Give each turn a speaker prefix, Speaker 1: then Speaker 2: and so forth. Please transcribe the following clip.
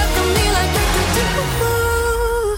Speaker 1: on me like we could do. Ooh.